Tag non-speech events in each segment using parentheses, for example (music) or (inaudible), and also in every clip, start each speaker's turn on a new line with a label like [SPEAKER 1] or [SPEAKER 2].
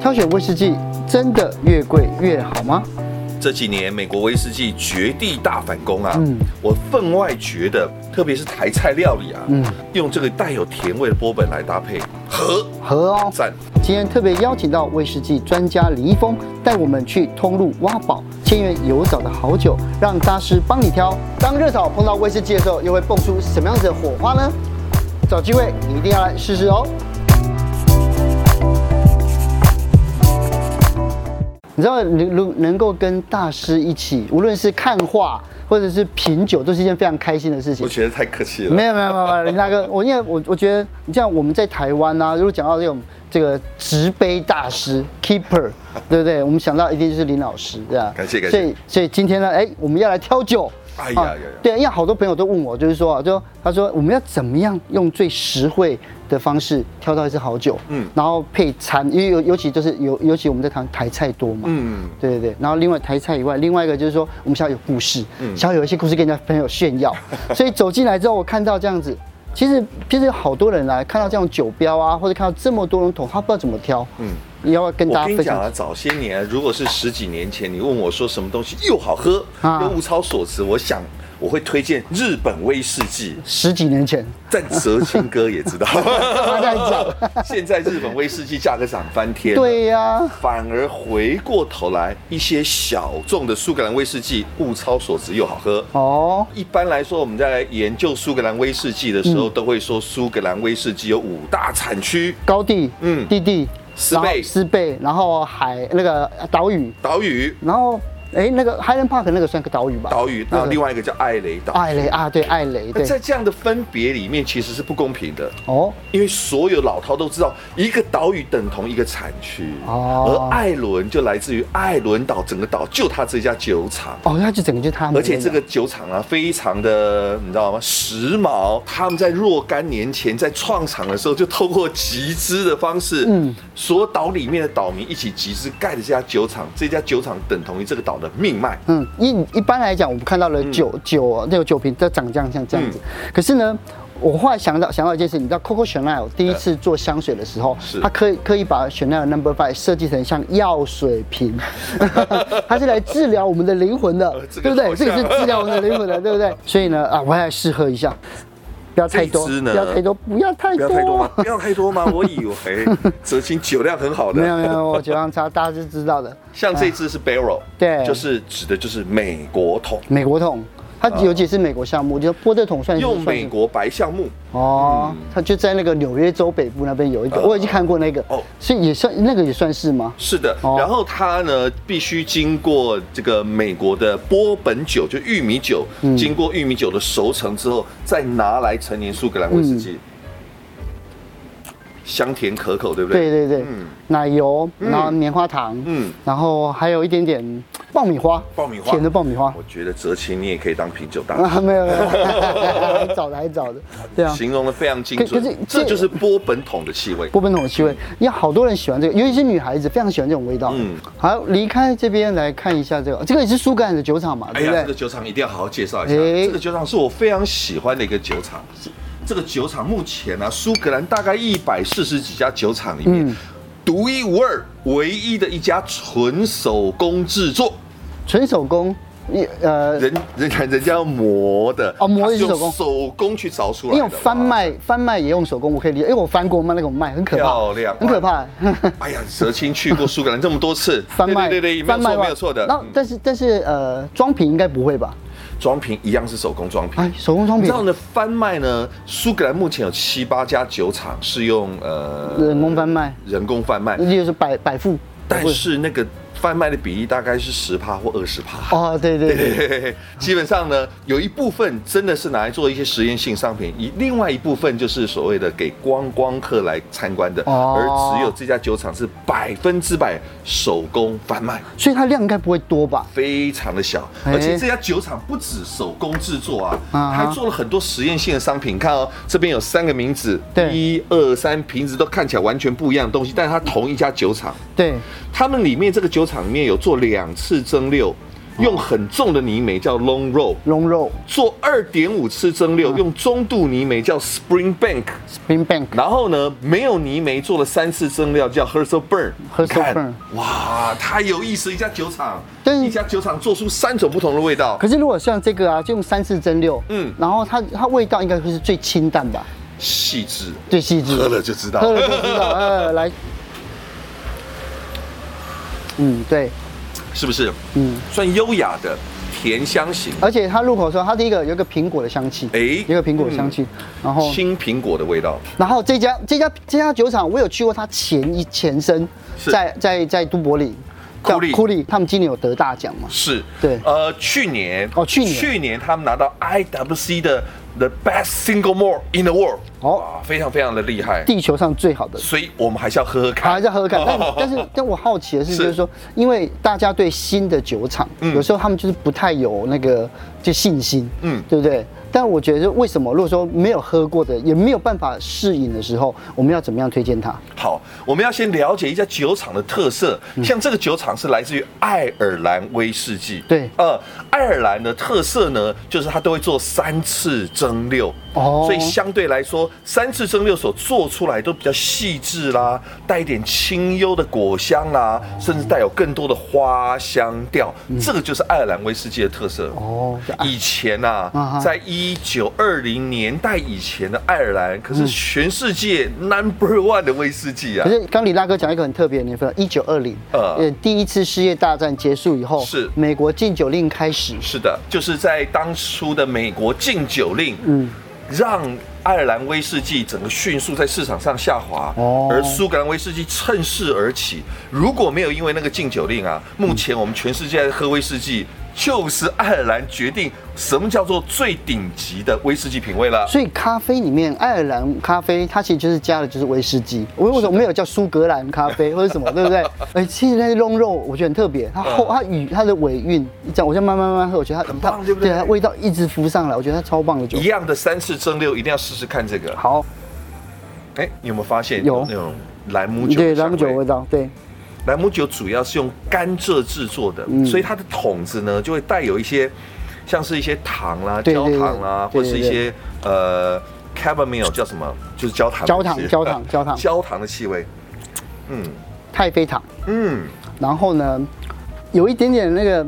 [SPEAKER 1] 挑选威士忌真的越贵越好吗？
[SPEAKER 2] 这几年美国威士忌绝地大反攻啊！
[SPEAKER 1] 嗯
[SPEAKER 2] 我分外觉得，特别是台菜料理啊，
[SPEAKER 1] 嗯
[SPEAKER 2] 用这个带有甜味的波本来搭配，合
[SPEAKER 1] 和哦，
[SPEAKER 2] 赞。
[SPEAKER 1] 今天特别邀请到威士忌专家李易峰，带我们去通路挖宝，千元有找的好酒，让大师帮你挑。当热炒碰到威士忌的时候，又会蹦出什么样子的火花呢？找机会你一定要来试试哦。你知道，能能能够跟大师一起，无论是看画或者是品酒，都是一件非常开心的事情
[SPEAKER 2] 我。觉得太客气了。
[SPEAKER 1] 没有没有没有没有，林大哥，我因为我我觉得你像我们在台湾啊，如果讲到这种这个执杯大师 keeper，对
[SPEAKER 2] (laughs)
[SPEAKER 1] 不对？我们想到一定就是林老师，对吧？
[SPEAKER 2] 感谢感谢
[SPEAKER 1] 所以所以今天呢，哎，我们要来挑酒。
[SPEAKER 2] 哎呀
[SPEAKER 1] 啊
[SPEAKER 2] 呀呀
[SPEAKER 1] 对，因为好多朋友都问我，就是说啊，就他说我们要怎么样用最实惠的方式挑到一支好酒，嗯
[SPEAKER 2] 嗯，
[SPEAKER 1] 然后配餐，因为尤尤其就是尤尤其我们在谈台菜多嘛，
[SPEAKER 2] 嗯，
[SPEAKER 1] 对对对，然后另外台菜以外，另外一个就是说，我们想要有故事，
[SPEAKER 2] 嗯
[SPEAKER 1] 想要有一些故事跟人家朋友炫
[SPEAKER 2] (laughs)
[SPEAKER 1] 耀。所以走进来之后，我看到这样子，其实其实有好多人来看到这种酒标啊，或者看到这么多种桶，他不知道怎么挑。嗯，你要不要跟大
[SPEAKER 2] 我
[SPEAKER 1] 家
[SPEAKER 2] 跟
[SPEAKER 1] 分
[SPEAKER 2] 你讲
[SPEAKER 1] 享
[SPEAKER 2] 啊，。早些年啊如果是十几年前，你问我说什么东西又好喝
[SPEAKER 1] 啊
[SPEAKER 2] 又物超所值，我想我会推荐日本威士忌。
[SPEAKER 1] 十几年前，
[SPEAKER 2] 但哲青哥也
[SPEAKER 1] (laughs)
[SPEAKER 2] 知道，
[SPEAKER 1] 在讲
[SPEAKER 2] (laughs) 现在日本威士忌价格涨翻天，
[SPEAKER 1] 对呀、
[SPEAKER 2] 反而回过头来，一些小众的苏格兰威士忌物超所值又好喝。
[SPEAKER 1] 哦，
[SPEAKER 2] 一般来说，我们在研究苏格兰威士忌的时
[SPEAKER 1] 嗯
[SPEAKER 2] 候，都会说苏格兰威士忌有五大产区：
[SPEAKER 1] 高地，嗯，
[SPEAKER 2] 嗯
[SPEAKER 1] 地地，
[SPEAKER 2] 斯
[SPEAKER 1] 然后
[SPEAKER 2] 贝
[SPEAKER 1] 斯贝，然后海那个岛屿，
[SPEAKER 2] 岛屿、
[SPEAKER 1] 然后哎那个 Highland Park 那个算个岛屿吧？
[SPEAKER 2] 岛屿，
[SPEAKER 1] 那
[SPEAKER 2] 然
[SPEAKER 1] 个
[SPEAKER 2] 后另外一个叫艾雷岛。
[SPEAKER 1] 艾雷啊，对艾雷，
[SPEAKER 2] 那
[SPEAKER 1] 对
[SPEAKER 2] 在这样的分别里面，其实是不公平的。
[SPEAKER 1] 哦，
[SPEAKER 2] 因为所有老饕都知道，一个岛屿等同一个产区，
[SPEAKER 1] 哦
[SPEAKER 2] 而艾伦就来自于艾伦岛，整个岛就他这家酒厂。
[SPEAKER 1] 哦，那就整个就他们那，
[SPEAKER 2] 而且这个酒厂啊，非常的你知道吗？时髦。他们在若干年前在创厂的时候，就透过集资的方式，
[SPEAKER 1] 嗯
[SPEAKER 2] 嗯，所有岛里面的岛民一起集资盖的这家酒厂，这家酒厂等同于这个岛的命脉。
[SPEAKER 1] 嗯，一一般来讲，我们看到
[SPEAKER 2] 嗯
[SPEAKER 1] 了酒、酒那个酒瓶在长这样像这样子，可是呢。我后来想到想到一件事，你知道 Coco Chanel 第一次做香水的时候，
[SPEAKER 2] 是
[SPEAKER 1] 他可以可以把 Chanel Number、Five 设计成像药水
[SPEAKER 2] (laughs)
[SPEAKER 1] 瓶，它是来治疗我们的灵魂的，
[SPEAKER 2] 呃这个
[SPEAKER 1] 对不对？
[SPEAKER 2] 好
[SPEAKER 1] 这个
[SPEAKER 2] 像
[SPEAKER 1] 是治疗我们的灵魂的，对不
[SPEAKER 2] (laughs)
[SPEAKER 1] 对？所以呢，啊，我还来试喝一下，不要太多，
[SPEAKER 2] 这一支
[SPEAKER 1] 不
[SPEAKER 2] 呢
[SPEAKER 1] 要太多，不要太
[SPEAKER 2] 不
[SPEAKER 1] 多，
[SPEAKER 2] 要太多吗？不要太多吗？我以为泽清酒量很好
[SPEAKER 1] (laughs)
[SPEAKER 2] 的。
[SPEAKER 1] 没有没有，我酒量差，大家是知道的。
[SPEAKER 2] 像这支是 Barrel，
[SPEAKER 1] 对
[SPEAKER 2] 就是指的就是美国桶，
[SPEAKER 1] 美国桶，它尤其是美国项目，就是波特桶算是
[SPEAKER 2] 啊用
[SPEAKER 1] 算
[SPEAKER 2] 美
[SPEAKER 1] 是
[SPEAKER 2] 国白橡木，
[SPEAKER 1] 哦，它就在那个纽约州北部那边有一个，
[SPEAKER 2] 呃
[SPEAKER 1] 我已经看过那个，
[SPEAKER 2] 哦
[SPEAKER 1] 所以也算那个也算是吗？
[SPEAKER 2] 是的
[SPEAKER 1] 哦。
[SPEAKER 2] 然后它呢必须经过这个美国的波本酒，就玉米酒，
[SPEAKER 1] 嗯
[SPEAKER 2] 经过玉米酒的熟成之后，再拿来陈年苏格兰威士忌，香甜可口，对不
[SPEAKER 1] 嗯对
[SPEAKER 2] 对？
[SPEAKER 1] 对对，
[SPEAKER 2] 嗯
[SPEAKER 1] 奶油，然后棉花糖，嗯
[SPEAKER 2] 嗯，
[SPEAKER 1] 然后还有一点点爆米花，
[SPEAKER 2] 爆米花
[SPEAKER 1] 甜的爆米花
[SPEAKER 2] 我觉得泽清你也可以当品酒
[SPEAKER 1] (laughs)
[SPEAKER 2] 大师。
[SPEAKER 1] 啊，没有没有，还早的还早的，对啊。
[SPEAKER 2] 形容的非常精
[SPEAKER 1] 可可是
[SPEAKER 2] 准，
[SPEAKER 1] 这
[SPEAKER 2] 这就是波本桶的气味。
[SPEAKER 1] 波本桶的气味，因为好多人喜欢这个，尤其是女孩子非常喜欢这种味道。嗯
[SPEAKER 2] 嗯，
[SPEAKER 1] 好，离开这边来看一下这个，这个也是苏格兰的酒厂嘛，
[SPEAKER 2] 哎
[SPEAKER 1] 对不对
[SPEAKER 2] 呀，这？个酒厂一定要好好介绍一下。
[SPEAKER 1] 哎
[SPEAKER 2] 这个酒厂是我非常喜欢的一个酒厂。这个酒厂目前呢、苏格兰大概一百四十几家酒厂里
[SPEAKER 1] 嗯
[SPEAKER 2] 面，独一无二、唯一的一家纯手工制作，
[SPEAKER 1] 纯手工，一呃，
[SPEAKER 2] 人人家人家要磨的
[SPEAKER 1] 哦磨的
[SPEAKER 2] 它是
[SPEAKER 1] 是手工
[SPEAKER 2] 用手工去凿出来
[SPEAKER 1] 因
[SPEAKER 2] 的。
[SPEAKER 1] 为我翻卖翻卖也用手工，我可以理解，因为我翻过卖那个卖很可怕，
[SPEAKER 2] 漂亮
[SPEAKER 1] 很可怕。 (laughs)
[SPEAKER 2] 哇。哎呀，蛇青去过苏格兰这么多次，
[SPEAKER 1] 翻卖
[SPEAKER 2] 对对对，没有
[SPEAKER 1] 翻卖
[SPEAKER 2] 错
[SPEAKER 1] 吧
[SPEAKER 2] 没有错的。
[SPEAKER 1] 然后
[SPEAKER 2] 嗯
[SPEAKER 1] 但是但是呃，装瓶应该不会吧？
[SPEAKER 2] 装瓶一样是手工装瓶
[SPEAKER 1] 哎，。手工装
[SPEAKER 2] 你
[SPEAKER 1] 瓶
[SPEAKER 2] 知，道呢，翻卖呢，苏格兰目前有七八家酒厂是用呃
[SPEAKER 1] 人工贩卖
[SPEAKER 2] 人工贩卖，
[SPEAKER 1] 那就是百百富，
[SPEAKER 2] 但是那个贩卖的比例大概是十趴或二十趴。 (laughs)
[SPEAKER 1] 哦，对对对，
[SPEAKER 2] 嘿嘿嘿基本上呢，有一部分真的是拿来做一些实验性商品，一另外一部分就是所谓的给观光客来参观的，
[SPEAKER 1] 哦
[SPEAKER 2] 而只有这家酒厂是百分之百手工贩卖。
[SPEAKER 1] 所以它量应该不会多吧？
[SPEAKER 2] 非常的小，
[SPEAKER 1] 哎
[SPEAKER 2] 而且这家酒厂不止手工制作啊，
[SPEAKER 1] 啊哈
[SPEAKER 2] 还做了很多实验性的商品。你看哦，这边有三个名字，
[SPEAKER 1] 对
[SPEAKER 2] 一二三，瓶子都看起来完全不一样的东西，但是它同一家酒厂。
[SPEAKER 1] 对，哦
[SPEAKER 2] 他们里面这个酒厂里面有做两次蒸馏，用很重的泥煤叫 long roll，
[SPEAKER 1] 龙肉
[SPEAKER 2] 做二点五次
[SPEAKER 1] 嗯
[SPEAKER 2] 蒸馏，用中度泥煤叫 spring bank，
[SPEAKER 1] Spring Bank
[SPEAKER 2] 然后呢，没有泥煤做了三次蒸馏，叫 Herschel Burn。
[SPEAKER 1] Herschel
[SPEAKER 2] 你看
[SPEAKER 1] Burn
[SPEAKER 2] 哇，太有意思！一家酒厂，
[SPEAKER 1] 但是
[SPEAKER 2] 一家酒厂做出三种不同的味道
[SPEAKER 1] 可，是如果像这个啊，就用三次蒸馏，
[SPEAKER 2] 嗯
[SPEAKER 1] 嗯，然后它它味道应该会是最清淡吧，
[SPEAKER 2] 细致，
[SPEAKER 1] 最细致。
[SPEAKER 2] (laughs) 喝了就知道。
[SPEAKER 1] 喝了就知道，呃，来，嗯，对，
[SPEAKER 2] 是不是？
[SPEAKER 1] 嗯，
[SPEAKER 2] 算优雅的甜香型，
[SPEAKER 1] 而且它入口的时候，它第一个有一个苹果的香气，
[SPEAKER 2] 哎
[SPEAKER 1] 有一个苹果的香气，然后。
[SPEAKER 2] 青苹果的味道。
[SPEAKER 1] 然后这家这家这家酒厂，我有去过它前一前身，
[SPEAKER 2] 是
[SPEAKER 1] 在在在都柏林，
[SPEAKER 2] 库里
[SPEAKER 1] 库里，他们今年有得大奖嘛？
[SPEAKER 2] 是，
[SPEAKER 1] 对
[SPEAKER 2] 呃，去年
[SPEAKER 1] 哦去年
[SPEAKER 2] 去年他们拿到 IWC 的 The Best Single More in the World，
[SPEAKER 1] 哦
[SPEAKER 2] 哦，非常非常的厉害，
[SPEAKER 1] 地球上最好的，
[SPEAKER 2] 所以我们还是要喝喝看，
[SPEAKER 1] 还是喝喝看。但但是但我好奇的是，
[SPEAKER 2] 是
[SPEAKER 1] 就是说，因为大家对新的酒厂，
[SPEAKER 2] 嗯
[SPEAKER 1] 有时候他们就是不太有那个就信心，
[SPEAKER 2] 嗯
[SPEAKER 1] 嗯，对不对？但我觉得为什么，如果说没有喝过的，也没有办法试饮的时候，我们要怎么样推荐它？
[SPEAKER 2] 好，我们要先了解一下酒厂的特色。
[SPEAKER 1] 嗯
[SPEAKER 2] 像这个酒厂是来自于爱尔兰威士忌。
[SPEAKER 1] 对
[SPEAKER 2] 呃，爱尔兰的特色呢，就是它都会做三次蒸馏。
[SPEAKER 1] 哦
[SPEAKER 2] 所以相对来说，三次蒸馏所做出来都比较细致啦，带一点清幽的果香啦，
[SPEAKER 1] 哦
[SPEAKER 2] 甚至带有更多的花香调。
[SPEAKER 1] 嗯
[SPEAKER 2] 这个就是爱尔兰威士忌的特色。
[SPEAKER 1] 哦就
[SPEAKER 2] (laughs) 以前
[SPEAKER 1] 啊
[SPEAKER 2] 啊，
[SPEAKER 1] 哈
[SPEAKER 2] 在一九二零年代以前的爱尔兰，可是
[SPEAKER 1] 嗯
[SPEAKER 2] 全世界 number one 的威士忌啊
[SPEAKER 1] 可。是刚李大哥讲一个很特别的年份，一九二零，
[SPEAKER 2] 呃
[SPEAKER 1] 呃，第一次世界大战结束以后，
[SPEAKER 2] 是
[SPEAKER 1] 美国禁酒令开始，
[SPEAKER 2] 是的，就是在当初的美国禁酒令，嗯，让爱尔兰威士忌整个迅速在市场上下滑，
[SPEAKER 1] 哦
[SPEAKER 2] 而苏格兰威士忌趁势而起。如果没有因为那个禁酒令啊，
[SPEAKER 1] 嗯
[SPEAKER 2] 目前我们全世界在喝威士忌，就是爱尔兰决定什么叫做最顶级的威士忌品味了。
[SPEAKER 1] 所以咖啡里面，爱尔兰咖啡它其实就是加的就是威士忌。我为什么没有叫苏格兰咖啡 (laughs) 或者什么，对不
[SPEAKER 2] (laughs)
[SPEAKER 1] 对？哎，其实那些龙肉我觉得很特别，它后
[SPEAKER 2] 嗯
[SPEAKER 1] 它语它的尾韵，这样我现在慢慢慢慢喝，我觉得它
[SPEAKER 2] 很棒对不对
[SPEAKER 1] 它味道一直浮上来，我觉得它超棒的酒
[SPEAKER 2] 一。样的三次蒸馏，一定要试试看这个。
[SPEAKER 1] 好，
[SPEAKER 2] 哎，你有没有发现
[SPEAKER 1] 有
[SPEAKER 2] 那种兰姆酒？
[SPEAKER 1] 对，朗姆酒的味。道，对，
[SPEAKER 2] 兰姆酒主要是用甘蔗制作的，
[SPEAKER 1] 嗯
[SPEAKER 2] 所以它的桶子呢就会带有一些，像是一些糖啦、
[SPEAKER 1] 对
[SPEAKER 2] 焦
[SPEAKER 1] 对
[SPEAKER 2] 糖啦，
[SPEAKER 1] 对
[SPEAKER 2] 或者是一些呃 chamomile 叫什么，就是焦糖的
[SPEAKER 1] 焦糖
[SPEAKER 2] 气味
[SPEAKER 1] 焦糖焦糖
[SPEAKER 2] 焦糖的气味。嗯
[SPEAKER 1] 太妃糖。
[SPEAKER 2] 嗯，
[SPEAKER 1] 然后呢，有一点点那个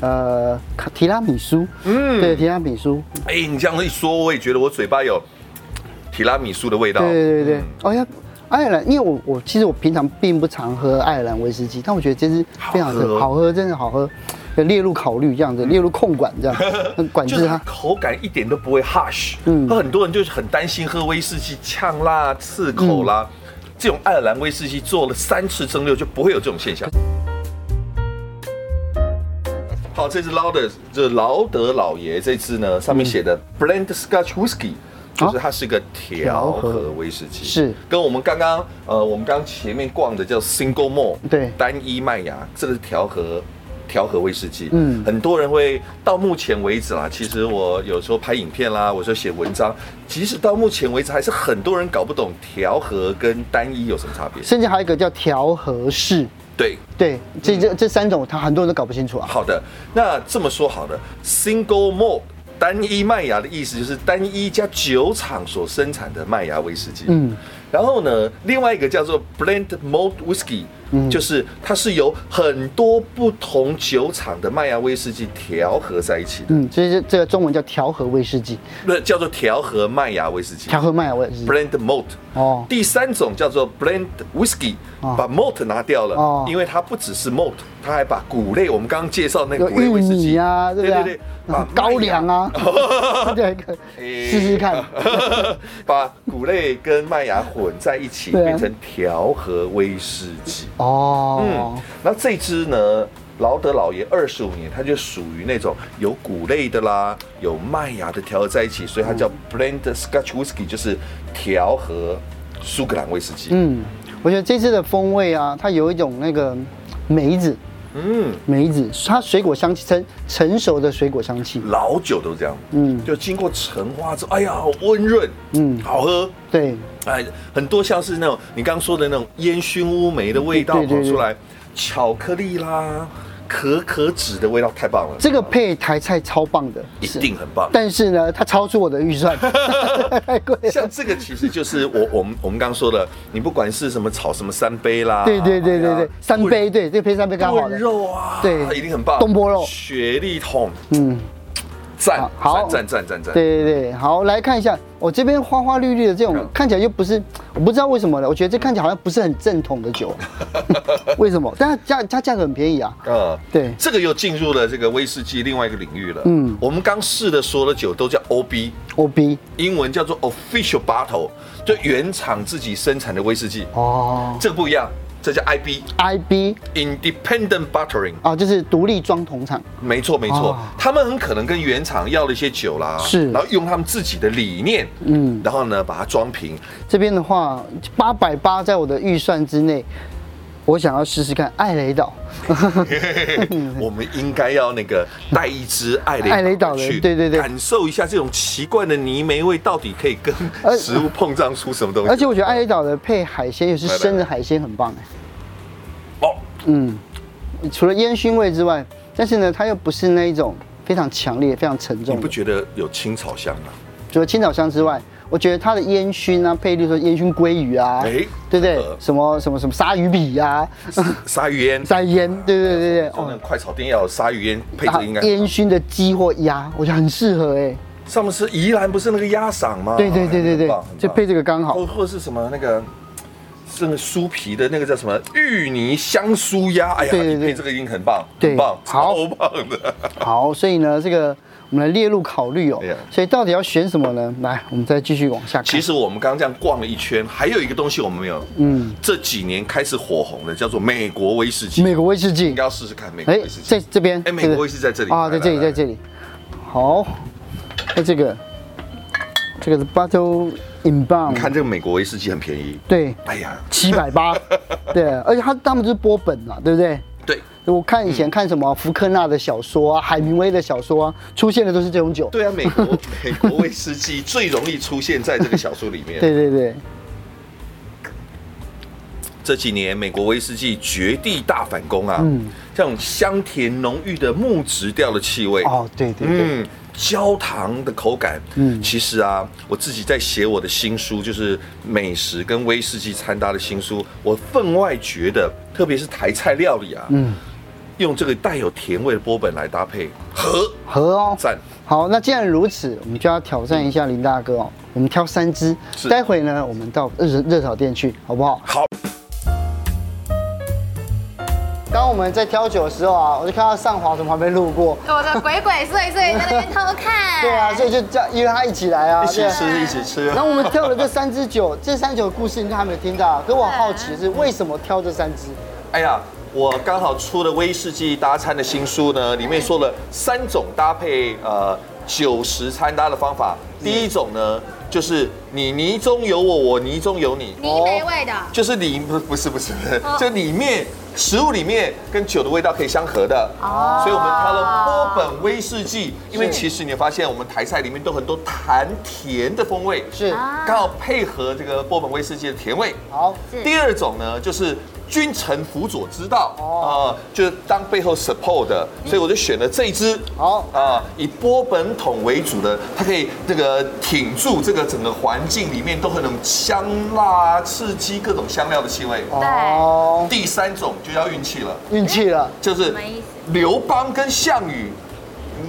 [SPEAKER 1] 呃卡提拉米苏，
[SPEAKER 2] 嗯
[SPEAKER 1] 嗯，对，提拉米苏，
[SPEAKER 2] 哎，你这样一说，我也觉得我嘴巴有提拉米苏的味道。
[SPEAKER 1] 对对对对
[SPEAKER 2] 嗯，
[SPEAKER 1] 哦呀，爱尔兰，因为我我其实我平常并不常喝爱尔兰威士忌，但我觉得这支非常
[SPEAKER 2] 好喝嗯
[SPEAKER 1] 的好喝，真的好喝，要列入考虑这样子，列入控管这样， (laughs) 管
[SPEAKER 2] 就
[SPEAKER 1] 制
[SPEAKER 2] 是它
[SPEAKER 1] 它。
[SPEAKER 2] 口感一点都不会 hush。嗯，
[SPEAKER 1] 嗯
[SPEAKER 2] 很多人就是很担心喝威士忌呛辣、刺口啦。这种爱尔兰威士忌做了三次蒸馏就不会有这种现象。好，这支劳德，这劳德老爷这支呢，
[SPEAKER 1] 嗯
[SPEAKER 2] 上面写的 Blend Scotch Whisky，就是它是个调和威士忌，
[SPEAKER 1] 哦是
[SPEAKER 2] 跟我们刚刚呃，我们刚刚前面逛的叫 Single Malt，
[SPEAKER 1] 对
[SPEAKER 2] 单一麦芽，这个是调和调和威士忌。嗯
[SPEAKER 1] 嗯，
[SPEAKER 2] 很多人会到目前为止啦，其实我有时候拍影片啦，我说写文章，即使到目前为止，还是很多人搞不懂调和跟单一有什么差别。
[SPEAKER 1] 甚至还有一个叫调和式，
[SPEAKER 2] 对，
[SPEAKER 1] 对，
[SPEAKER 2] 嗯
[SPEAKER 1] 这这这三种，他很多人都搞不清楚啊。
[SPEAKER 2] 好的，那这么说好了，Single Malt 单一麦芽的意思就是单一家酒厂所生产的麦芽威士忌。嗯
[SPEAKER 1] 嗯，
[SPEAKER 2] 然后呢，另外一个叫做 Blend Malt Whisky，、就是
[SPEAKER 1] 嗯
[SPEAKER 2] 它是由很多不同酒厂的麦芽威士忌调和在一起的，
[SPEAKER 1] 嗯，所以这这个中文叫调和威士忌，
[SPEAKER 2] 那、叫做调和麦芽威士忌
[SPEAKER 1] 调和麦芽威士忌。
[SPEAKER 2] （Blend Malt）。
[SPEAKER 1] 哦
[SPEAKER 2] 第三种叫做 blend whisky，、
[SPEAKER 1] 哦
[SPEAKER 2] 把 malt 拿掉了，
[SPEAKER 1] 哦
[SPEAKER 2] 因为它不只是 malt，它还把谷类，我们刚刚介绍的那个
[SPEAKER 1] 有
[SPEAKER 2] 谷类
[SPEAKER 1] 玉
[SPEAKER 2] 威士忌
[SPEAKER 1] 米啊，哎对不对？
[SPEAKER 2] 对对，把
[SPEAKER 1] (laughs) 高粱
[SPEAKER 2] 麦芽
[SPEAKER 1] 啊， (laughs) 对，试试看。
[SPEAKER 2] (laughs) 把谷类跟麦芽混在一起，
[SPEAKER 1] 对啊
[SPEAKER 2] 变成调和威士忌。嗯
[SPEAKER 1] 哦，，
[SPEAKER 2] 那这支呢，劳德老爷二十五年，它就属于那种有谷类的啦，有麦芽的调和在一起，所以它
[SPEAKER 1] 嗯
[SPEAKER 2] 叫 blend Scotch whisky，就是调和苏格兰威士忌。
[SPEAKER 1] 嗯，我觉得这次的风味啊，它有一种那个梅子，
[SPEAKER 2] 嗯，
[SPEAKER 1] 梅子，它水果香气成成熟的水果香气，
[SPEAKER 2] 老酒都这样，嗯，
[SPEAKER 1] 嗯
[SPEAKER 2] 就经过陈化之后，哎呀，好温润，嗯，
[SPEAKER 1] 嗯
[SPEAKER 2] 好喝。
[SPEAKER 1] 对，
[SPEAKER 2] 哎，很多像是那种你刚刚说的那种烟熏乌梅的味道
[SPEAKER 1] 对对
[SPEAKER 2] 跑
[SPEAKER 1] 对
[SPEAKER 2] 出来，巧克力啦、可可脂的味道太棒了，
[SPEAKER 1] 这个配台菜超棒的，
[SPEAKER 2] 一
[SPEAKER 1] 是
[SPEAKER 2] 定很棒。
[SPEAKER 1] 但是呢，它超出我的预算， (laughs) 太贵了。
[SPEAKER 2] 像这个其实就是我我们我们刚刚说的，你不管是什么炒什么三杯啦，
[SPEAKER 1] 对对对对
[SPEAKER 2] 哎
[SPEAKER 1] 对
[SPEAKER 2] 呀，
[SPEAKER 1] 三杯对，这个配三杯刚好
[SPEAKER 2] 炖
[SPEAKER 1] 的。
[SPEAKER 2] 肉啊，
[SPEAKER 1] 对
[SPEAKER 2] 一定很棒。
[SPEAKER 1] 东坡肉
[SPEAKER 2] 雪莉桶，
[SPEAKER 1] 嗯，
[SPEAKER 2] 赞，
[SPEAKER 1] 好
[SPEAKER 2] 赞赞赞赞赞。
[SPEAKER 1] 对对对，好，来看一下，我这边花花绿绿的这种
[SPEAKER 2] 嗯
[SPEAKER 1] 看起来就不是，我不知道为什么了，我觉得这看起来好像不是很正统的 (laughs) 酒，为什么？但它价它价格很便宜啊，
[SPEAKER 2] 嗯，
[SPEAKER 1] 对
[SPEAKER 2] 这个又进入了这个威士忌另外一个领域了。
[SPEAKER 1] 嗯
[SPEAKER 2] 嗯，我们刚试的所有的酒都叫 OB，
[SPEAKER 1] 我逼
[SPEAKER 2] 英文叫做 Official Bottle，就原厂自己生产的威士忌。
[SPEAKER 1] 哦
[SPEAKER 2] 这个不一样，这叫 IB。
[SPEAKER 1] ，IB
[SPEAKER 2] Independent Bottling，
[SPEAKER 1] 啊，就是独立装桶厂，
[SPEAKER 2] 没错没错
[SPEAKER 1] 哦，
[SPEAKER 2] 他们很可能跟原厂要了一些酒啦，
[SPEAKER 1] 是
[SPEAKER 2] 然后用他们自己的理念，
[SPEAKER 1] 嗯
[SPEAKER 2] 嗯，然后呢把它
[SPEAKER 1] (laughs)
[SPEAKER 2] 装瓶，
[SPEAKER 1] 这边的话八百八在我的预算之内，我想要试试看艾雷岛，
[SPEAKER 2] 我们应该要那个带一只艾雷
[SPEAKER 1] 艾雷岛的
[SPEAKER 2] 去，
[SPEAKER 1] 对对对
[SPEAKER 2] 感受一下这种奇怪的泥煤味到底可以跟
[SPEAKER 1] 而
[SPEAKER 2] 食物碰撞出什么东西。
[SPEAKER 1] 呃而且我觉得艾雷岛的配海鲜，也是
[SPEAKER 2] 来来
[SPEAKER 1] 生的
[SPEAKER 2] 来
[SPEAKER 1] 海鲜，很棒哎。
[SPEAKER 2] 哦，
[SPEAKER 1] 嗯，除了烟熏味之外，但是呢，它又不是那一种非常强烈、非常沉
[SPEAKER 2] 你
[SPEAKER 1] 重
[SPEAKER 2] 不
[SPEAKER 1] 的。
[SPEAKER 2] 觉得有青草香吗？
[SPEAKER 1] (laughs) 除了青草香之外，我觉得它的烟熏啊，配例如说烟熏鲑鱼啊，
[SPEAKER 2] 哎
[SPEAKER 1] 对不对
[SPEAKER 2] 呃？
[SPEAKER 1] 什么什么什么鲨鱼笔啊，
[SPEAKER 2] 鲨鱼烟，
[SPEAKER 1] 鲨鱼烟，对对对对，
[SPEAKER 2] 就那种快炒店要有鲨鱼烟配
[SPEAKER 1] 啊
[SPEAKER 2] 着应该。
[SPEAKER 1] 烟熏的鸡或鸭，我觉得很适合哎、
[SPEAKER 2] 上次是宜兰不是那个鸭嗓吗？
[SPEAKER 1] 对对对对
[SPEAKER 2] 啊很
[SPEAKER 1] 对
[SPEAKER 2] 棒，很
[SPEAKER 1] 就
[SPEAKER 2] 棒
[SPEAKER 1] 配这个刚好。
[SPEAKER 2] 或或者是什么那个。是那个酥皮的那个叫什么芋泥香酥鸭，哎呀，
[SPEAKER 1] 对对
[SPEAKER 2] 你
[SPEAKER 1] 对
[SPEAKER 2] 配这个音很棒，
[SPEAKER 1] 对
[SPEAKER 2] 很棒，
[SPEAKER 1] 好
[SPEAKER 2] 超棒
[SPEAKER 1] (laughs)
[SPEAKER 2] 的。
[SPEAKER 1] 好，所以呢，这个我们来列入考虑哦
[SPEAKER 2] 哎呀。
[SPEAKER 1] 所以到底要选什么呢？来，我们再继续往下看。
[SPEAKER 2] 其实我们刚刚这样逛了一圈，还有一个东西我们没有，
[SPEAKER 1] 嗯
[SPEAKER 2] 嗯，这几年开始火红的叫做美国威士忌，
[SPEAKER 1] 美国威士忌
[SPEAKER 2] 应该，要试试看美国
[SPEAKER 1] 哎
[SPEAKER 2] 威士，忌。
[SPEAKER 1] 在这边，
[SPEAKER 2] 哎美国
[SPEAKER 1] 对不对
[SPEAKER 2] 威士忌在这里
[SPEAKER 1] 啊，在
[SPEAKER 2] 来
[SPEAKER 1] 这里，
[SPEAKER 2] 来
[SPEAKER 1] 在
[SPEAKER 2] 来
[SPEAKER 1] 这里。好，那这个，这个是 Bottle in b o u n
[SPEAKER 2] 你看
[SPEAKER 1] d
[SPEAKER 2] 这个美国威士忌很便宜，
[SPEAKER 1] 对，
[SPEAKER 2] 哎呀，
[SPEAKER 1] 七百
[SPEAKER 2] (laughs)
[SPEAKER 1] 八，对，而且他他们就是波本嘛，对不对？
[SPEAKER 2] 对
[SPEAKER 1] 我看以
[SPEAKER 2] 嗯
[SPEAKER 1] 前看什么福克纳的小说啊，海明威的小说啊，出现的都是这种酒。
[SPEAKER 2] 对啊，美国 (laughs) 美国威士忌最容易出现在这个小说里面。
[SPEAKER 1] 对对对，
[SPEAKER 2] 这几年美国威士忌绝地大反攻啊，
[SPEAKER 1] 嗯
[SPEAKER 2] 嗯，这种香甜浓郁的木质调的气味，
[SPEAKER 1] 哦，对对对，
[SPEAKER 2] 嗯，焦糖的口感。
[SPEAKER 1] 嗯
[SPEAKER 2] 嗯，其实啊，我自己在写我的新书，就是美食跟威士忌掺搭的新书，我分外觉得，特别是台菜料理啊，
[SPEAKER 1] 嗯，
[SPEAKER 2] 用这个带有甜味的波本来搭配，和
[SPEAKER 1] 和哦，
[SPEAKER 2] 赞。
[SPEAKER 1] 好，那既然如此，我们就要挑战一下林大哥哦。我们挑三支，
[SPEAKER 2] 是
[SPEAKER 1] 待会呢，我们到热热炒店去，好不好？
[SPEAKER 2] 好，
[SPEAKER 1] 刚刚我们在挑酒的时候啊，我就看到上华从旁边路过，
[SPEAKER 3] 我的鬼鬼祟祟在那边偷看。
[SPEAKER 1] 对啊，所以就叫约他一起来啊，
[SPEAKER 2] 一起
[SPEAKER 1] 对啊
[SPEAKER 2] 吃，一起吃
[SPEAKER 1] (laughs) 然。后我们挑了这三支酒，这三支酒的故事应该还没有听到啊，可我好奇是为什么挑这三支？
[SPEAKER 2] 哎呀，我刚好出了威士忌搭餐的新书呢，里面说了三种搭配呃酒食餐搭的方法。
[SPEAKER 3] 嗯
[SPEAKER 2] 第一种呢，就是你泥中有我，我泥中有你。
[SPEAKER 3] 泥煤味的，
[SPEAKER 2] 就是里不不是不是不是
[SPEAKER 3] 哦，
[SPEAKER 2] 就里面食物里面跟酒的味道可以相合的，
[SPEAKER 3] 哦
[SPEAKER 2] 所以我们挑了波本威士忌，因为
[SPEAKER 3] 是
[SPEAKER 2] 其实你会发现我们台菜里面都很多弹甜的风味，
[SPEAKER 1] 是，
[SPEAKER 3] 啊
[SPEAKER 2] 刚好配合这个波本威士忌的甜味。
[SPEAKER 1] 好，
[SPEAKER 3] 是
[SPEAKER 2] 第二种呢，就是君臣辅佐之道，
[SPEAKER 1] 哦
[SPEAKER 2] 啊，就是当背后 support 的，
[SPEAKER 3] 嗯
[SPEAKER 2] 所以我就选了这一支。
[SPEAKER 1] 好
[SPEAKER 2] 啊，以波本桶为主的，它可以这个挺住这个整个环境里面都很有香辣啊、刺激各种香料的气味。
[SPEAKER 1] 哦，
[SPEAKER 2] 第三种就要运气了，
[SPEAKER 1] 运气
[SPEAKER 3] (laughs)
[SPEAKER 1] 了，
[SPEAKER 2] 就是
[SPEAKER 3] 什么意思
[SPEAKER 2] 刘邦跟项羽，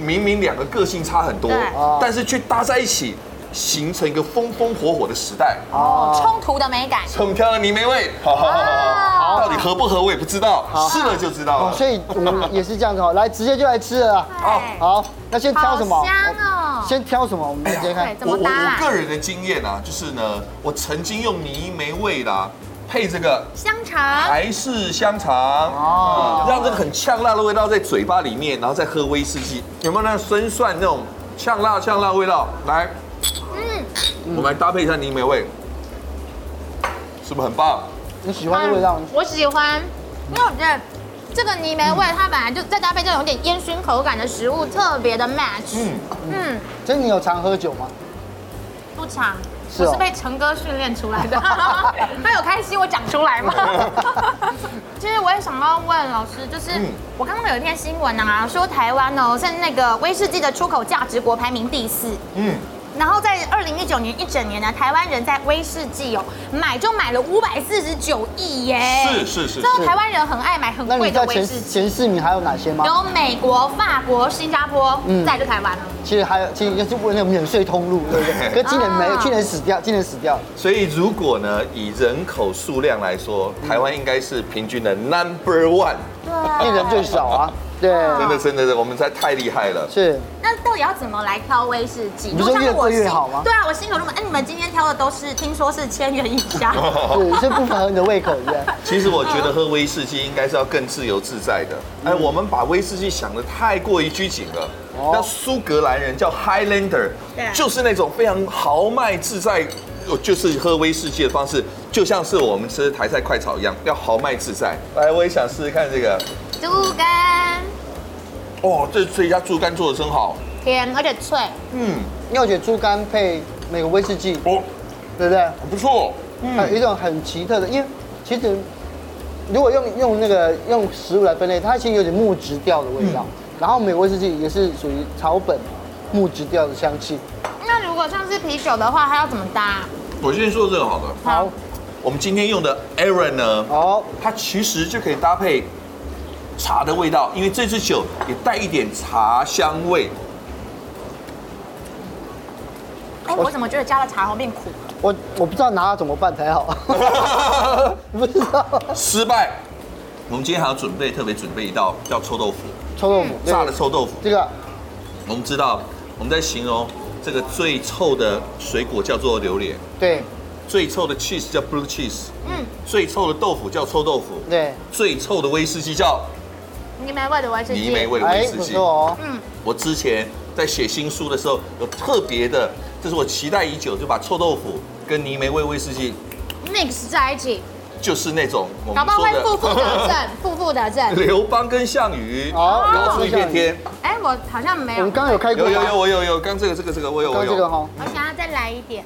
[SPEAKER 2] 明明两个个性差很多
[SPEAKER 3] 对
[SPEAKER 1] 哦，
[SPEAKER 2] 但是却搭在一起，形成一个风风火火的时代。
[SPEAKER 3] 哦，冲突的美感。
[SPEAKER 2] 很漂亮，泥煤味，好好好好，
[SPEAKER 3] 哇
[SPEAKER 2] 到底合不合我也不知道，试了就知道
[SPEAKER 1] 哦，
[SPEAKER 2] 了。
[SPEAKER 1] 所以我们也是这样子哦，来直接就来吃了啊。
[SPEAKER 2] 好
[SPEAKER 3] 对，
[SPEAKER 1] 好，那先挑什么
[SPEAKER 3] 好？香哦。
[SPEAKER 1] 先挑什么？我们直接看
[SPEAKER 3] 对。怎
[SPEAKER 2] 我
[SPEAKER 3] 么
[SPEAKER 2] 我
[SPEAKER 3] 搭啊
[SPEAKER 2] 我个人的经验啊，就是呢，我曾经用泥煤味啦、配这个
[SPEAKER 3] 香肠。
[SPEAKER 2] 台式香肠，
[SPEAKER 1] 哦
[SPEAKER 2] 哦，让这个很呛辣的味道在嘴巴里面，然后再喝威士忌，有没有那酸蒜那种呛辣呛辣味道？来，
[SPEAKER 3] 嗯，
[SPEAKER 2] 我们来搭配一下泥煤味，是不是很棒？
[SPEAKER 1] 你喜欢的味道吗？
[SPEAKER 3] 我喜欢，因为我觉得这个泥煤味，它本来就再搭配这种有点烟熏口感的食物，特别的 match。
[SPEAKER 2] 嗯，
[SPEAKER 3] 嗯，
[SPEAKER 1] 所以你有常喝酒吗？
[SPEAKER 3] 不长。
[SPEAKER 1] 是哦
[SPEAKER 3] 我
[SPEAKER 1] (laughs)
[SPEAKER 3] (laughs) 是被陈哥训练出来的，他有开心我讲出来吗？其实我也想要问老师，就是、
[SPEAKER 2] 嗯
[SPEAKER 3] 我刚刚有一篇新闻啊，说台湾哦，在那个威士忌的出口价值国排名第四。
[SPEAKER 2] 嗯，
[SPEAKER 3] 然后在二零一九年一整年呢，台湾人在威士忌哦买就买了五百四十九亿耶，
[SPEAKER 2] 是是是
[SPEAKER 3] 知道
[SPEAKER 1] 是
[SPEAKER 3] 台湾人很爱买很
[SPEAKER 1] 那你
[SPEAKER 3] 贵
[SPEAKER 1] 知道
[SPEAKER 3] 的威
[SPEAKER 1] 前
[SPEAKER 3] 士忌，
[SPEAKER 1] 前四名还有哪些吗？
[SPEAKER 3] 有美国、法国、新加坡，
[SPEAKER 1] 嗯
[SPEAKER 3] 再就台湾了。
[SPEAKER 1] 其实还有，其实就是为了免税通路，对不
[SPEAKER 3] (laughs)
[SPEAKER 1] 对？可今年没有，
[SPEAKER 3] 啊哦
[SPEAKER 1] 去年死掉，今年死掉了。
[SPEAKER 2] 所以如果呢以人口数量来说，台湾应该是平均的 number one，
[SPEAKER 1] 因为
[SPEAKER 3] 对，
[SPEAKER 1] 人最少啊，对，
[SPEAKER 3] 哦
[SPEAKER 2] 真的真的真的，我们实在太厉害了。
[SPEAKER 1] 是
[SPEAKER 3] 那到底要怎么来挑威士忌？
[SPEAKER 1] 你不是说越贵越好吗
[SPEAKER 3] 对啊，我心口入门。哎，你们今天挑的都是听说是千元以下，
[SPEAKER 1] 是是不符合你的胃口，对不对？
[SPEAKER 2] (laughs) 其实我觉得喝威士忌应该是要更自由自在的。哎，我们把威士忌想得太过于拘谨了
[SPEAKER 1] 哦。
[SPEAKER 2] 那苏格兰人叫 Highlander，
[SPEAKER 3] 对啊
[SPEAKER 2] 就是那种非常豪迈自在，呃就是喝威士忌的方式，就像是我们吃台菜快炒一样，要豪迈自在。来，我也想试试看这个。
[SPEAKER 3] 猪肝
[SPEAKER 2] 哦，这这家猪肝做的真好。
[SPEAKER 3] 甜而且脆，
[SPEAKER 2] 嗯，
[SPEAKER 1] 因为我觉得猪肝配美国威士忌，
[SPEAKER 2] 哦，
[SPEAKER 1] 对不对？
[SPEAKER 2] 不错。
[SPEAKER 1] 它有一
[SPEAKER 2] 嗯，
[SPEAKER 1] 种很奇特的，因为其实如果用用那个用食物来分类，它其实有点木质调的味道。
[SPEAKER 2] 嗯
[SPEAKER 1] 然后美国威士忌也是属于草本木质调的香气。
[SPEAKER 3] 那如果像是啤酒的话，它要怎么搭？
[SPEAKER 2] 我先说这个好了。
[SPEAKER 1] 好，
[SPEAKER 2] 我们今天用的 Aaron 呢，
[SPEAKER 1] 好，
[SPEAKER 2] 它其实就可以搭配茶的味道，因为这支酒也带一点茶香味。 (laughs)
[SPEAKER 3] 哎，我怎么觉得加了茶后变苦？
[SPEAKER 1] 我我不知道拿它怎么办才
[SPEAKER 2] (laughs)
[SPEAKER 1] 好，不知道
[SPEAKER 2] 失败。我们今天还要准备特别准备一道叫臭豆腐，
[SPEAKER 1] 臭豆腐对
[SPEAKER 2] 炸的臭豆腐。
[SPEAKER 1] 这个
[SPEAKER 2] 我们知道我们在形容这个最臭的水果叫做榴莲，
[SPEAKER 1] 对
[SPEAKER 2] 最臭的 cheese 叫 blue cheese，
[SPEAKER 3] 嗯，
[SPEAKER 2] 最臭的豆腐叫臭豆腐，
[SPEAKER 1] 对，
[SPEAKER 2] 最臭的威士忌叫
[SPEAKER 3] 泥煤味的威士忌，
[SPEAKER 2] 泥煤味的威
[SPEAKER 1] 哎
[SPEAKER 2] 士
[SPEAKER 1] 不
[SPEAKER 2] 忌。
[SPEAKER 1] 错哦，
[SPEAKER 3] 嗯，
[SPEAKER 2] 我之前在写新书的时候，有特别的，这是我期待已久，就把臭豆腐跟泥煤味威士忌，
[SPEAKER 3] mix 在一起，
[SPEAKER 2] 就是那种我
[SPEAKER 3] 搞
[SPEAKER 2] 们
[SPEAKER 3] 不好会负负
[SPEAKER 2] 说 (laughs) 的
[SPEAKER 3] 得正，负负得正。
[SPEAKER 2] 刘邦跟项羽
[SPEAKER 1] 好
[SPEAKER 2] 搞出一片天。
[SPEAKER 3] 哎，我好像没
[SPEAKER 1] 我们
[SPEAKER 3] 有，
[SPEAKER 1] 刚刚有开过
[SPEAKER 2] 有
[SPEAKER 1] 吗，
[SPEAKER 2] 有有，我有有，刚这个这个这个我有
[SPEAKER 1] 刚
[SPEAKER 2] 我
[SPEAKER 1] 刚这个
[SPEAKER 2] 有，
[SPEAKER 1] 哈，
[SPEAKER 3] 我想要再来一点。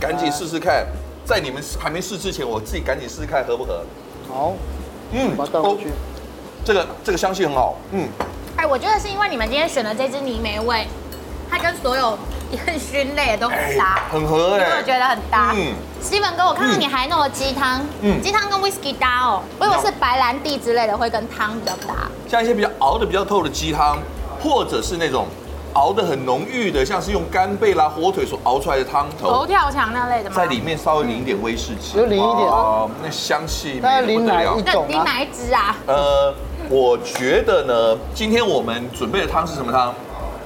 [SPEAKER 2] 赶紧试试看，在你们还没试之前，我自己赶紧试试看合不合。
[SPEAKER 1] 好，
[SPEAKER 2] 嗯
[SPEAKER 1] 把它倒回去，
[SPEAKER 2] 这个这个香气很好，嗯，
[SPEAKER 3] 哎，我觉得是因为你们今天选的这支泥煤味，它跟所有烟熏类都很搭，
[SPEAKER 2] 哎很合
[SPEAKER 3] 因为
[SPEAKER 2] 哎
[SPEAKER 3] 我，觉得很搭。
[SPEAKER 2] 嗯
[SPEAKER 3] 嗯，西门哥，我看到
[SPEAKER 2] 嗯
[SPEAKER 3] 你还弄了鸡汤，
[SPEAKER 2] 嗯
[SPEAKER 3] 鸡汤跟 whisky 搭哦，我以为是白兰地之类的会跟汤比较搭。
[SPEAKER 2] 像一些比较熬的比较透的鸡汤，或者是那种熬的很浓郁的，像是用干贝啦、火腿所熬出来的汤头
[SPEAKER 3] 头，跳墙那类的吗？
[SPEAKER 2] 哦在里面稍微淋一点威士忌，
[SPEAKER 1] 哦有淋一点
[SPEAKER 2] 哦，那香气
[SPEAKER 1] 大概
[SPEAKER 2] 美得不
[SPEAKER 1] 淋
[SPEAKER 2] 得
[SPEAKER 1] 哪
[SPEAKER 2] 了
[SPEAKER 1] 一
[SPEAKER 3] 那
[SPEAKER 1] 种
[SPEAKER 3] 你
[SPEAKER 1] 啊？
[SPEAKER 3] 哪一支啊？
[SPEAKER 2] 呃，我觉得呢，今天我们准备的汤是什么汤？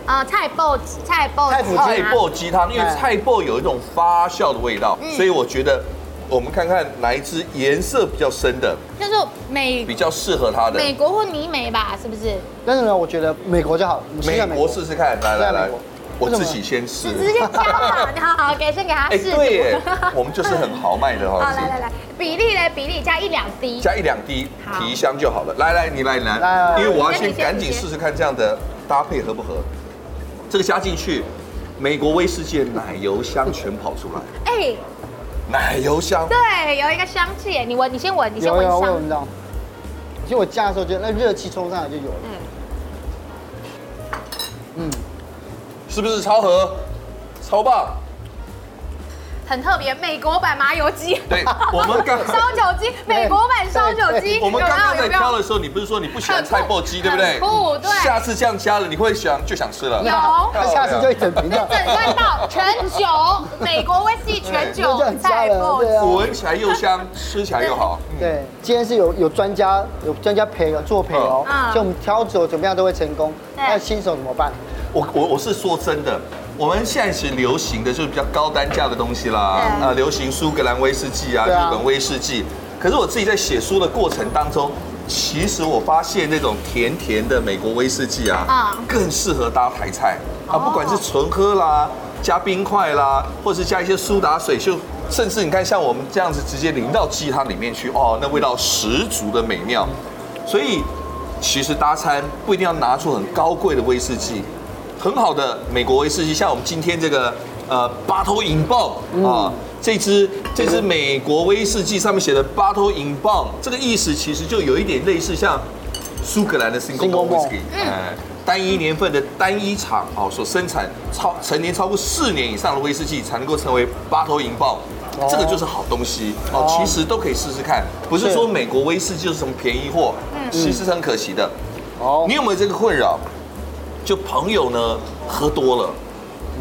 [SPEAKER 3] 呃，菜爆菜啊爆
[SPEAKER 1] 菜脯
[SPEAKER 2] 菜爆鸡汤，因为
[SPEAKER 1] 哎
[SPEAKER 2] 菜爆有一种发酵的味道，
[SPEAKER 3] 嗯
[SPEAKER 2] 所以我觉得我们看看哪一支颜色比较深的，
[SPEAKER 3] 就是美
[SPEAKER 2] 比较适合它的。
[SPEAKER 3] 美国或泥煤吧，是不是？
[SPEAKER 1] 但是呢，我觉得美国就好，你试一
[SPEAKER 2] 美
[SPEAKER 1] 下
[SPEAKER 2] 国试试看，
[SPEAKER 1] 试
[SPEAKER 2] 来
[SPEAKER 1] 一下
[SPEAKER 2] 来
[SPEAKER 1] 美
[SPEAKER 2] 来
[SPEAKER 1] 国，
[SPEAKER 2] 我
[SPEAKER 1] 为什么
[SPEAKER 2] 自己先试
[SPEAKER 3] 就。直接
[SPEAKER 2] (laughs)
[SPEAKER 3] 加吧，好好，给先给他
[SPEAKER 2] 嗯哎，
[SPEAKER 3] 试。
[SPEAKER 2] 对
[SPEAKER 3] (laughs)
[SPEAKER 2] 耶，我们就是很豪迈的
[SPEAKER 3] 啊好，
[SPEAKER 2] 哦。
[SPEAKER 3] 来来来，比例嘞，比例加一两滴。
[SPEAKER 2] 加一两滴
[SPEAKER 3] 好
[SPEAKER 2] 提香就好了。来来，你来你
[SPEAKER 1] 来
[SPEAKER 2] 来，
[SPEAKER 1] 来
[SPEAKER 2] 因为我要
[SPEAKER 3] 来
[SPEAKER 2] 先
[SPEAKER 3] 你先
[SPEAKER 2] 赶
[SPEAKER 3] 你
[SPEAKER 2] 紧
[SPEAKER 3] 先
[SPEAKER 2] 试试看这样的搭配合不合。这个加进去，美国威士忌的奶油香全跑出来，
[SPEAKER 3] (laughs) 哎，
[SPEAKER 2] 奶油香。
[SPEAKER 3] 对，有一个香气耶，你闻，你先闻，你先
[SPEAKER 1] 有
[SPEAKER 3] 闻
[SPEAKER 1] 有，啊我有
[SPEAKER 3] 香
[SPEAKER 1] 闻。到。其实我加的时候，觉得那热气冲上来就有了。 (laughs)
[SPEAKER 3] 嗯，
[SPEAKER 1] 嗯，
[SPEAKER 2] 是不是超合？超棒！
[SPEAKER 3] 很特别，美国版麻油鸡。 (laughs)
[SPEAKER 2] 对我们刚哎
[SPEAKER 3] 烧酒鸡，美国版烧酒鸡。
[SPEAKER 2] 我们刚刚在挑
[SPEAKER 3] 了。
[SPEAKER 2] 的时候，你不是说你不喜欢菜爆鸡，对不对？
[SPEAKER 3] 哎很酷对
[SPEAKER 2] 下次这样加了，你会想就想吃了。
[SPEAKER 3] 有
[SPEAKER 1] 他下次就一整瓶
[SPEAKER 3] (laughs)
[SPEAKER 1] 这样。
[SPEAKER 3] 整罐到全酒，美国威士忌
[SPEAKER 1] (laughs)
[SPEAKER 3] 全酒
[SPEAKER 1] 对就这样加
[SPEAKER 3] 菜
[SPEAKER 1] 了
[SPEAKER 3] 爆
[SPEAKER 1] 对啊
[SPEAKER 2] 闻起来又香，吃起来又好。
[SPEAKER 1] 对，今天是有有专家有专家陪有做陪哦，
[SPEAKER 3] 嗯
[SPEAKER 1] 所以我们挑酒怎么样都会成功。
[SPEAKER 3] 对
[SPEAKER 1] 那新手怎么办？
[SPEAKER 2] 我我我是说真的，我们现在是流行的就是比较高单价的东西啦，
[SPEAKER 3] 对
[SPEAKER 2] 呃，流行苏格兰威士忌啊，
[SPEAKER 1] 对啊
[SPEAKER 2] 日本威士忌。可是我自己在写书的过程当中，其实我发现那种甜甜的美国威士忌啊，
[SPEAKER 3] 嗯
[SPEAKER 2] 更适合搭台菜啊，
[SPEAKER 3] 哦
[SPEAKER 2] 不管是纯喝啦，加冰块啦，或是加一些苏打水，就甚至你看像我们这样子直接淋到鸡汤里面去，哦，那味道十足的美妙。所以其实搭餐不一定要拿出很高贵的威士忌，很好的美国威士忌，像我们今天这个呃八头引爆啊，这支这支美国威士忌上面写的 Bottle in Bond，这个意思其实就有一点类似像苏格兰的 Single
[SPEAKER 1] Single
[SPEAKER 2] Malt
[SPEAKER 1] malt
[SPEAKER 2] Whisky，哎，单一年份的单一厂哦所生产超成年超过四年以上的威士忌才能够成为 Bottle in Bond。这个就是好东西哦，其实都可以试试看，不是
[SPEAKER 1] 是嗯
[SPEAKER 2] 说美国威士忌就是什么便宜货，其实是很可惜的。
[SPEAKER 1] 好
[SPEAKER 2] 你，有没有这个困扰？就朋友呢喝多了，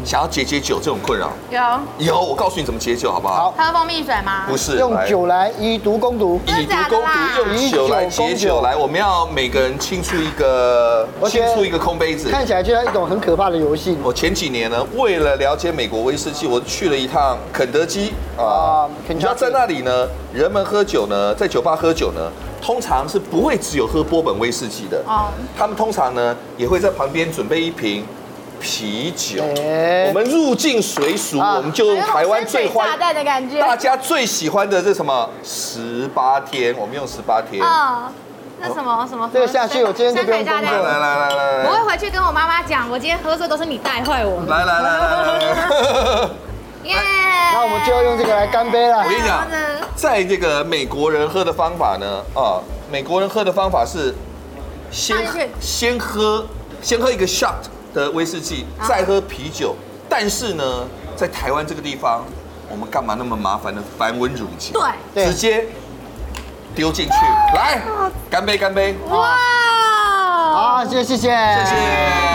[SPEAKER 2] 想要解解酒这种困扰？
[SPEAKER 3] 有
[SPEAKER 1] 啊
[SPEAKER 2] 有，我告诉你怎么解酒好不
[SPEAKER 1] 好
[SPEAKER 2] 好？
[SPEAKER 3] 喝蜂蜜水吗？
[SPEAKER 2] 不是
[SPEAKER 1] 用
[SPEAKER 2] 来
[SPEAKER 1] 酒来以毒攻毒。
[SPEAKER 2] 以毒攻毒，用酒来解
[SPEAKER 1] 以酒攻
[SPEAKER 2] 酒。
[SPEAKER 1] 酒
[SPEAKER 2] 来，我们要每个人清出一个，
[SPEAKER 1] 我觉
[SPEAKER 2] 清
[SPEAKER 1] 得
[SPEAKER 2] 出一个空杯子。
[SPEAKER 1] 看起来就像一种很可怕的游戏
[SPEAKER 2] 我前几年呢，为了了解美国威士忌，我去了一趟肯德基啊
[SPEAKER 1] 啊。
[SPEAKER 2] 你知道
[SPEAKER 1] Kentucky
[SPEAKER 2] 在那里呢，人们喝酒呢，在酒吧喝酒呢，通常是不会只有喝波本威士忌的
[SPEAKER 3] 哦
[SPEAKER 2] 他们通常呢，也会在旁边准备一瓶啤酒。
[SPEAKER 1] 哎
[SPEAKER 2] 我们入境随俗，
[SPEAKER 1] 啊
[SPEAKER 2] 我们就
[SPEAKER 3] 有一
[SPEAKER 2] 用
[SPEAKER 3] 种
[SPEAKER 2] 台湾
[SPEAKER 3] 深
[SPEAKER 2] 最
[SPEAKER 3] 水
[SPEAKER 2] 欢
[SPEAKER 3] 炸弹的感觉。
[SPEAKER 2] 大家最喜欢的这什么十八天，我们用十八天。
[SPEAKER 3] 嗯，那什
[SPEAKER 2] 哦
[SPEAKER 3] 么什么？
[SPEAKER 1] 这个下去我今天就不用
[SPEAKER 3] 山水炸
[SPEAKER 2] 来
[SPEAKER 3] 弹
[SPEAKER 2] 来来来来
[SPEAKER 3] 我会回去跟我妈妈讲，我今天喝醉都是你带坏我。
[SPEAKER 2] 来来来来
[SPEAKER 3] (laughs)
[SPEAKER 2] 来来。
[SPEAKER 3] 耶！
[SPEAKER 1] 那
[SPEAKER 3] 那
[SPEAKER 1] 我们就要用这个来干杯了
[SPEAKER 2] 我。跟你讲，在这个美国人喝的方法呢，啊，美国人喝的方法是先
[SPEAKER 3] 放进去
[SPEAKER 2] 先喝先喝一个 shot 的威士忌，
[SPEAKER 3] 啊
[SPEAKER 2] 再喝啤酒。但是呢，在台湾这个地方，我们干嘛那么麻烦的繁文缛节？
[SPEAKER 3] 对
[SPEAKER 1] 对
[SPEAKER 2] 直接丢进去，来，干杯，干杯，
[SPEAKER 3] 哇！
[SPEAKER 2] 啊
[SPEAKER 1] 好，谢谢，谢谢，
[SPEAKER 2] 谢谢。